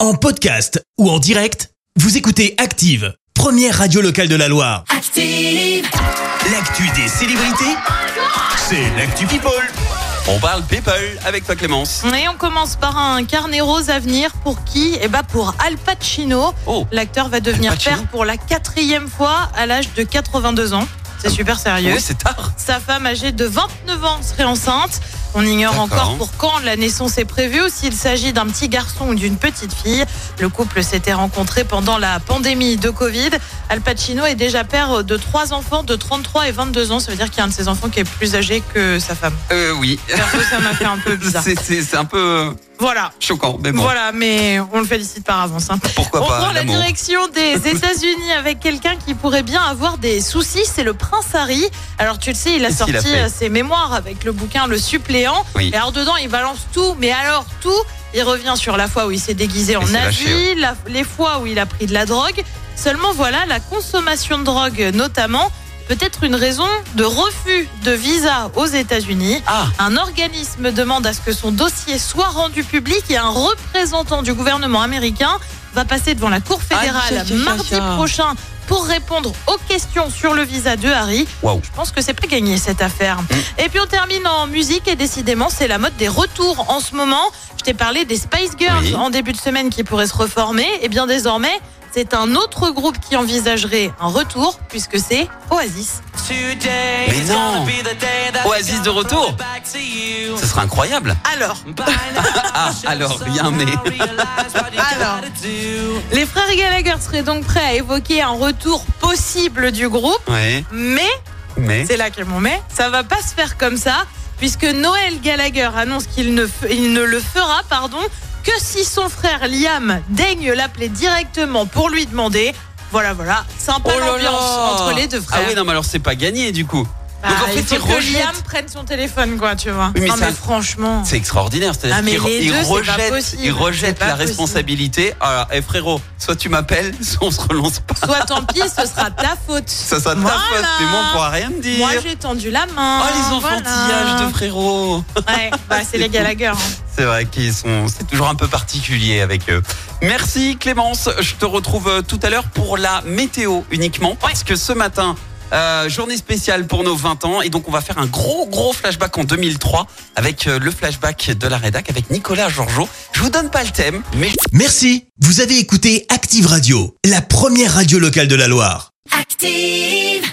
En podcast ou en direct, vous écoutez Active, première radio locale de la Loire. Active, L'actu des célébrités, c'est l'actu People. On parle people avec toi Clémence. Et on commence par un carnet rose à venir pour qui Eh ben pour Al Pacino. Oh, L'acteur va devenir Al Pacino père pour la quatrième fois à l'âge de 82 ans. C'est super sérieux. Ah. oui, c'est tard. Sa femme âgée de 29 ans serait enceinte. On ignore D'accord. encore pour quand la naissance est prévue ou s'il s'agit d'un petit garçon ou d'une petite fille. Le couple s'était rencontré pendant la pandémie de Covid. Al Pacino est déjà père de trois enfants de 33 et 22 ans. Ça veut dire qu'il y a un de ses enfants qui est plus âgé que sa femme. Euh, oui. Perso, ça m'a fait un peu bizarre. C'est- C'est c'est un peu euh, Voilà, choquant, mais bon, Voilà, mais on le félicite par avance. hein. pourquoi On pas prend la l'amour. direction des États-Unis avec quelqu'un qui pourrait bien avoir des soucis, c'est le prince Harry. Alors tu le sais, il a Qu'est-ce sorti qu'il a fait euh, ses mémoires avec le bouquin Le Suppléant. Oui. Et alors dedans, il balance tout, mais alors tout. Il revient sur la fois où il s'est déguisé en s'est lâché, nazi, la- les fois où il a pris de la drogue. Seulement voilà, la consommation de drogue notamment peut être une raison de refus de visa aux États-Unis. Ah, Un organisme demande à ce que son dossier soit rendu public et un représentant du gouvernement américain va passer devant la Cour fédérale Ah, tiens, tiens, mardi tiens, tiens. prochain pour répondre aux questions sur le visa de Harry. Waouh. Mm. Je pense que c'est pas gagné cette affaire. Et puis on termine en musique et décidément c'est la mode des retours en ce moment. Je t'ai parlé des Spice Girls Oui. en début de semaine qui pourraient se reformer et bien désormais c'est un autre groupe qui envisagerait un retour puisque c'est Oasis. Mais non. Oasis de retour. ce sera incroyable. Alors Ah, alors, rien, mais. Alors. Les frères Gallagher seraient donc prêts à évoquer un retour possible du groupe, Ouais, mais, mais. c'est là qu'est mon mais, ça va pas se faire comme ça, puisque Noël Gallagher annonce qu'il ne, f- il ne le fera, pardon, que si son frère Liam daigne l'appeler directement pour lui demander. Voilà, voilà, sympa Oh là là. l'ambiance entre les deux frères. Ah oui, non, mais alors c'est pas gagné du coup. Bah, Donc en fait, il faut ils que rejettent. Liam prenne son téléphone, quoi, tu vois. Oui, mais non, ça- mais franchement. C'est extraordinaire, c'est-à-dire Ah, mais qu'ils re- les ils deux, c'est pas rejettent, possible, ils rejettent c'est pas la possible. responsabilité. Alors, eh, frérot, soit tu m'appelles, soit on se relance pas. Soit tant pis, ce sera ta faute. Ça sera de ta Voilà. faute, mais moi on pourra rien me dire. Moi, j'ai tendu la main. Oh les enfantillages voilà. de frérot Ouais, bah, c'est les Gallagher. hein. C'est vrai qu'ils sont, c'est toujours un peu particulier avec eux. Merci Clémence, je te retrouve euh, tout à l'heure pour la météo uniquement parce que ce matin, euh, journée spéciale pour nos 20 ans et donc on va faire un gros gros flashback en 2003 avec euh, le flashback de la rédac avec Nicolas Georgeot. Je vous donne pas le thème, mais Merci, vous avez écouté Active Radio, la première radio locale de la Loire. active.